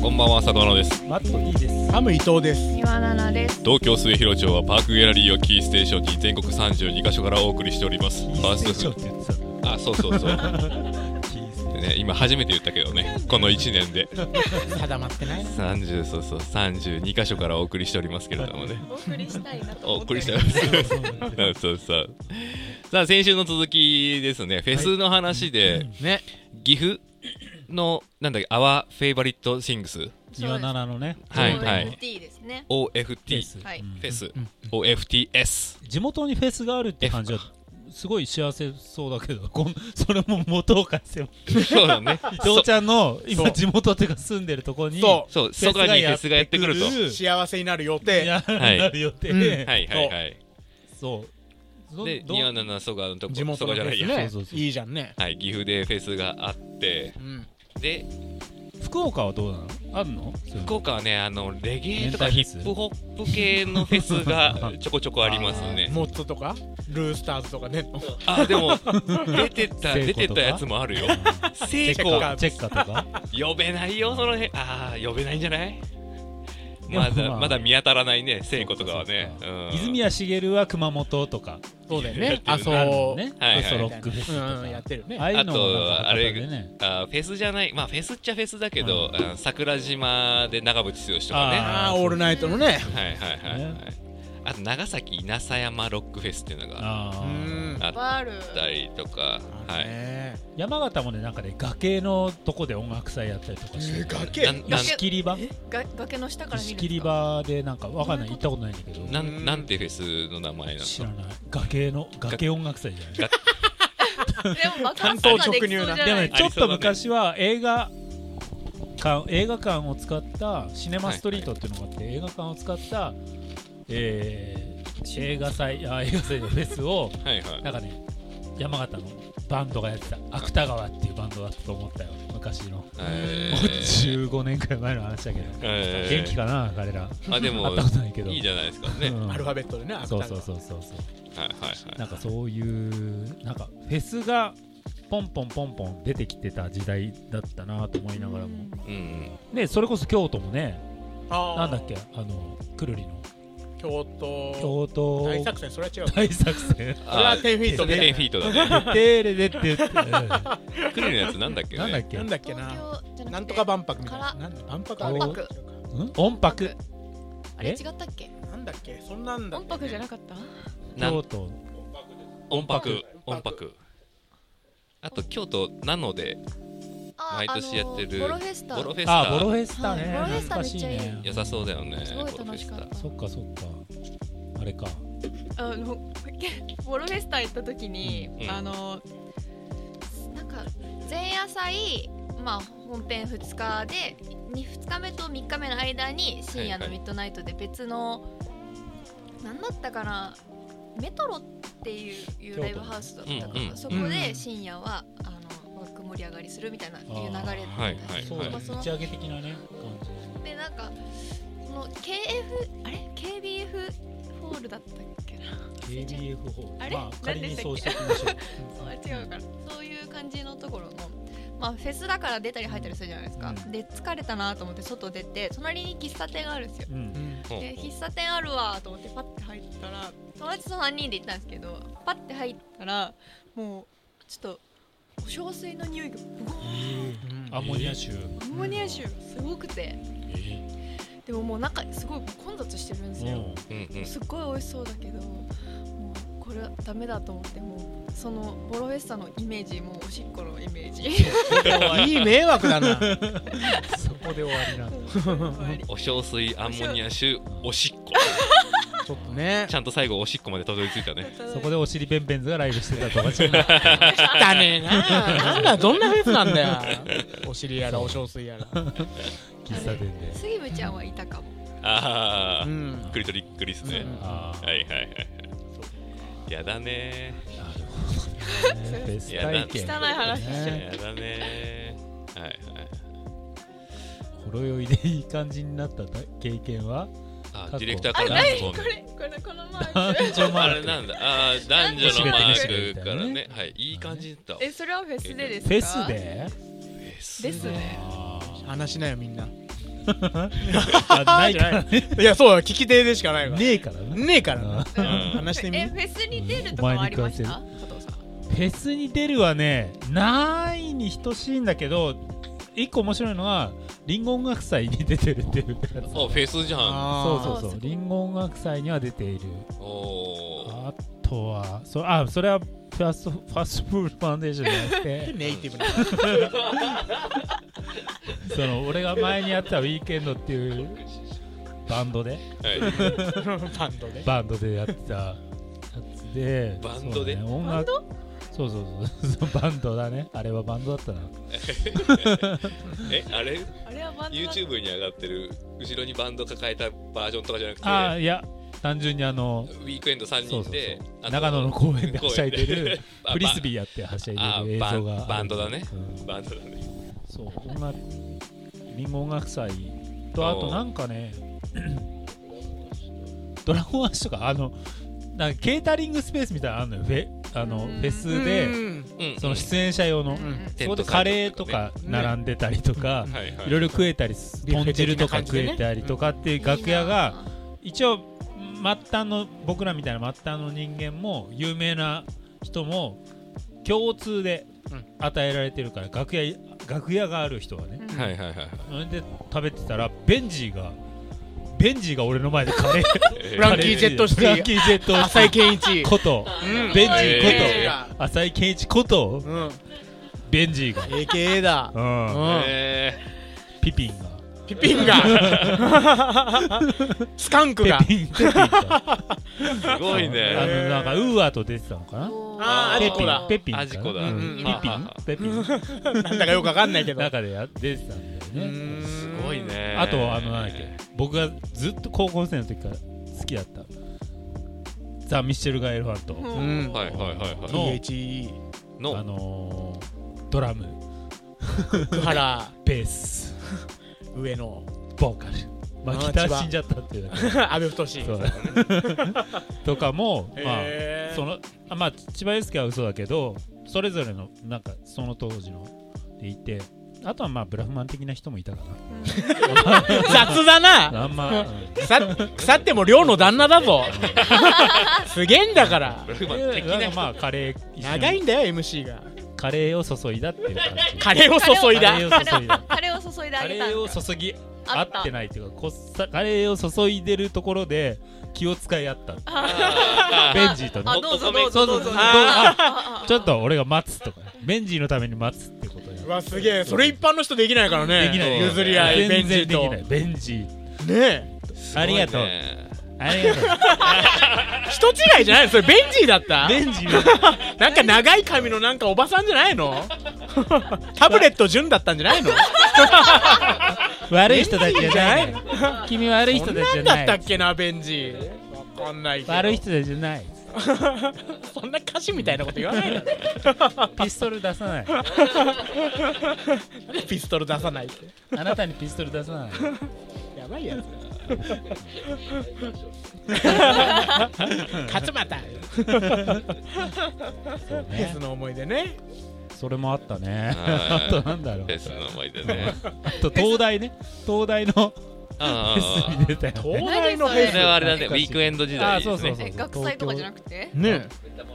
こんばんは、坂野です。マットいいです。ハム伊藤です。岩七です。東京末広町はパークギャラリーをキーステーションに全国32カ所からお送りしております。ファーステースショトンフって言ってたーのド。あ、そうそうそう。キーステーションね、今初めて言ったけどね、この1年で。定まってない。 30、そうそう、32カ所からお送りしておりますけれどもね。お送りしたいなとお思って送おりしてりおまります。そす。うなんですよそうそう。さあ、先週の続きですね、フェスの話で、ね。岐阜の、なんだっけ、Our Favorite Things 岩七のね、はいはいい。T ですね。フェ OFT ス。はいうんフェスん OFTS 地元にフェスがあるって感じは、すごい幸せそうだけど、こんそれも元を返せよ。そうだ ね伊藤ちゃんのそ今う地元っていうか住んでるとこに、そそうそこにフェスがやってくると幸せになる予い定。やいなる予定。うん はいはいはいそう。どでど庭のソガのとこ地元蘇の我フじゃないェやスそねうそうそういいじゃんね。はい岐阜でフェスがあってうん。で福岡はどうなのあるの福岡はねあのレゲエとかヒメンタルフェスップホップ系のフェスがちょこちょこありますねモッツとかルースターズとかね。あでも出てた聖出て子とかたやつもあるよチ成ェッ功カーチェッカーとか呼べないよその辺あー呼べないんじゃないでもまだまあまだ見当たらないね聖子とかはねそうかそううんか泉谷しげるは熊本とかそうだよやっね。てるあねそあるのう。ねはいはいそうロックフェスとうんかうんやってるね。ああいうのもなんあとかあれ博多でねあーフェスじゃないまあフェスっちゃフェスだけど、うんあの桜島で長渕剛とかねはあああーオールナイトのね。いはいはい、はいあと長崎稲佐山ロックフェスっていうのがうあーん。あっバール。たりとか、はいね山形もねなんかね崖のとこで音楽祭やったりとかしてな崖。んな石切り場が崖の下から見る石んですか。切り場でなんかわかんない行ったことないんだけどんなんなんてフェスの名前な知のらない崖の崖音楽祭じゃないでも爆発とかできそうじゃでもなねいあちりょそうだねっと昔は映画館映画館を使ったシネマストリートっていうのがあって、映画館を使った、えー映画祭あ映画祭のフェスをはいはいなんかね山形のバンドがやってた芥川っていうバンドだったと思ったよ昔の、えもう ー15年くらい前の話だけど、えー元気かな彼らあで会もったことないけどいいじゃないですかね、うはんアルファベットでね。そうそうう。そうそうそういはいなはんかそういうなんかフェスがポンポンポンポン出てきてた時代だったなと思いながらもいうんねそれこそ京都もねあーなんだっけあのくるりの京都。京都大作戦それは違う。大作戦それはあ10フィートみた10いなフィートだねテーレでって言 ってなんだクリルのやつなんだっけねっけなんだっけな。東京じゃくてなんとか万博みたいなか。なんだ万博あ万れ博ん音音泊泊あれ違えったっけ？なんだっけそんなんだっ音け。泊じゃなかった？なん京都音泊音泊あと京都なのであ毎年やってるあのボロフェスタ。ボロフェスあタボロフェスタねはいボロフェス懐タかしいめっちゃいね良さそうだよねすごい楽しかったそっかそっかあれかあの ボロフェスタ行った時に、うんあのなんか前夜祭まあ本編2日で 2, 日目と3日目の間に深夜はのいはいミッドナイトで別の、なんだったかなメトロっていうい京う都ライブハウスだったから、うんうんそこで深夜は、あのワーク盛り上がりするみたいないう流れだったんです、はいはいそうはだいねそ打のち上げ的なね感じでなんかその KF あれ KBF ホールだったっけな KBF 法あれまあ仮にそうしていきましょう違うからそういう感じのところの、まあ、フェスだから出たり入ったりするじゃないですか、うんで疲れたなと思って外出て隣に喫茶店があるんです ようんうんほうでほう喫茶店あるわと思ってパッて入ったら友達と3人で行ったんですけどパッて入ったらもうちょっとお小水の匂いがブゴーアンモニア臭アンモニア臭がすごくてでももう中すごい混雑してるんですよ、うんうんうんすっごい美味しそうだけどもうこれはダメだと思ってもうそのボロフェスタのイメージもうおしっこのイメージいい迷惑だな。そこで終わりなんだお小水アンモニア臭おしっこちょっとねち。ゃんと最後おしっこまでたどり着いたねそこでお尻ペンペンズがライブしてたとかちょっと汚ねえな。なんだどんなフェスなんだよ。 お尻やらお小水やら。喫茶店で杉部ちゃんはいたかもあうあんクリトリックリスねうん あーはいはいはいやだねなるほどねベスト体験汚い話しちゃやうだねはいはいほろ酔いでいい感じになった経験はあ過去ディレクターあからダあン何スボンこれこれこのマー男ク女マあーれクなんだあー男女のマークからねはいいい感じだったわえそれはフェスでですフかェスでですですねあ話しなよみんなーあないからねいやそうだ聞き手でしかないわねねえからなねえからなうん話してみえフェスに出るとかはありましたお加藤さんフェスに出るはねないに等しいんだけど一個面白いのはリンゴ音楽祭に出てるっていうやつあフェスじゃんあそうーそうあそそううリンゴ音楽祭には出ているおおあとはそあそれはファストファストフードファンデーションじゃなく てネイティブなその俺が前にやってたウィーケンドっていうバンドではいバンドでバンドでやってたやつでバンドでそうだね音楽そうそうそう そうバンドだねあれはバンドだったなえあれあれはバンドだ YouTube に上がってる後ろにバンド抱えたバージョンとかじゃなくてああいや単純にあのウィークエンド3人でそうそうそうあと長野の公園ではしゃいで公園るであ フリスビーやってはしゃいでるあ映バン像があるバンドだねう んバンドだねそう音楽リンゴ音楽祭とあとなんかね ドラゴンアッシュとかあのなんかケータリングスペースみたいなのあるのよフェあのうフんェスでうんうんその出演者用のうんテそンこトでサイドとかねカレーとか並んでたりとかはいはいいろいろ食えたりすビュ豚ッフェ汁的となか感じ食でねえたりとかっていう楽屋が一応末端の僕らみたいな末端の人間も有名な人も共通でうん与えられてるから楽屋楽屋がある人はねいいなはいはいはいはいそれで食べてたらベンジーがベンジーが俺の前でカ レーえブランキージェットシティブランキージェットシテ浅井健一ィことうベンんジえーーこえと浅井健一ことうんうんベンジー AKA だが、うん、うんえピピンがピ ピンがスカンクがペピンペピンがーすごいあねのなんかウーアと出てたのかなあーペアジピコンだペピンかなアジコだうんうんピピンペピンなんだかよくわかんないけど中でや出てたんだよねすごいねあとあのなんだっけ僕がずっと高校生の時から好きだったザ・ミッシェル・ガエルファントうんうんはいはいはいは THE いのあのードラム福原ベース上野ボーカルまああーギタ千ー葉死んじゃったっていうだけ 阿部太そう とかもまあへーそのあまあ千葉祐介は嘘だけどそれぞれのなんかその当時のでいてあとはまあブラフマン的な人もいたか雑だななあんま、うん腐腐っても寮の旦那だ ぞすげえんだからブラでフマン的なんなか人まあカレー一緒に長いんだよ MC がカレーを注いだっていう感じカレーを注いカだレーを注いだカレーを注いでカあレげたんだーを注ぎ合あっったてないっていうかこっさカレーを注いでるところで気を使い合ったあーベンジーとあねどうぞどうそぞうそうどうそぞうああああちょっと俺が待つとかねベンジーのために待つってことうやわすげえそれ一般の人できないからねできないよ譲り合いベン全然でジーきとないねベンジーえありがとうすごいねありがとう人違いじゃないのそれベンジーだったベンジーのなんか長い髪のなんかおばさんじゃないのタブレット純だったんじゃないの悪い人たちじゃないベンジ君悪い人そたんちじなゃんだったなっいけなベンジーわかんないけど悪い人たちじゃないそんな歌詞みたいなこと言わないでピストル出さないピストル出さないってあなたにピストル出さないやばいやつそうねだ勝俣フェ スの思い出ねそれもあったねはあいとなんだろうフェスの思い出ね あと東大ね東大のフあェスあに出たよね 東大のフェそスれはあれだねウィークエンド時代ですあーそうねそうえ学祭とかじゃなくてね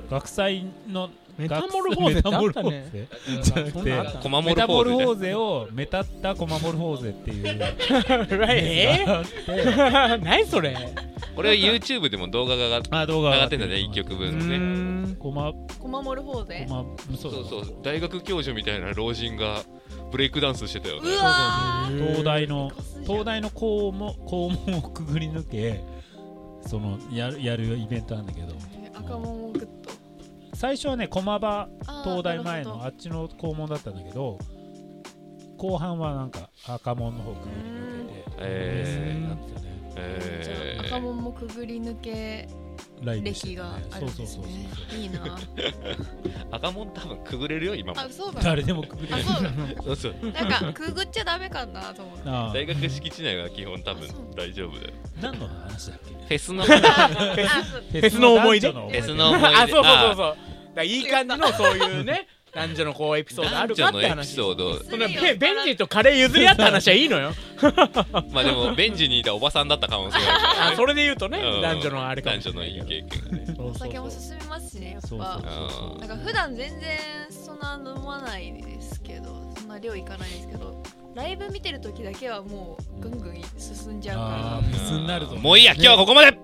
学祭のメタモルフォーゼってあったねメえじゃなくてそんなのあったコマモルタフォモルフォーーゼをメタったコマモルフォーゼっていう えあってー 何それこれは YouTube でも動画が上がっあ動上画がってんだね1曲う分ーねんコマココマモルフォーゼマそうそうそそうう大学教授みたいな老人がブレイクダンスしてたよねうわー東大のガスじゃん東大の校も校門をくぐり抜けそのやるやるイベントなんだけどえ赤門をグッと最初はね駒場あー東大前のなるほどあっちの校門だったんだけど後半はなんか赤門の方くぐり抜けてえなんですよねじゃあえ赤門もくぐり抜けライブして歴たがねあるんそうでそすうそうねそう。いいな。赤門多分くぐれるよ今もあ、そうだ。誰でもくぐれあ、るそうだ。そうそうなんかくぐっちゃダメかなと思って。ああ大学敷地内は基本多分あそう大丈夫だよ何の話だっフェスの ああそうけフェスの思い出フェスの男フェスの思女のい出あそうそうそうそうだからいい感じのそういうね男女のこうエピソードあ男るか女ってのエピ話ソー ドそんなベベンジとカレー譲り合った話はいいのよまあでもベンジにいたおばさんだった可能性があるからあそれで言うとねうん男女のあれかも男しれ女のないいけいど経験がねそうおそう酒そうも進みますしね、やっそうそうぱ。あなんか普段全然そんな飲まないですけど、そんな量いかないですけど、ライブ見てる時だけはもうぐんぐん進んじゃうああかフェスになるともういいや今日はここまで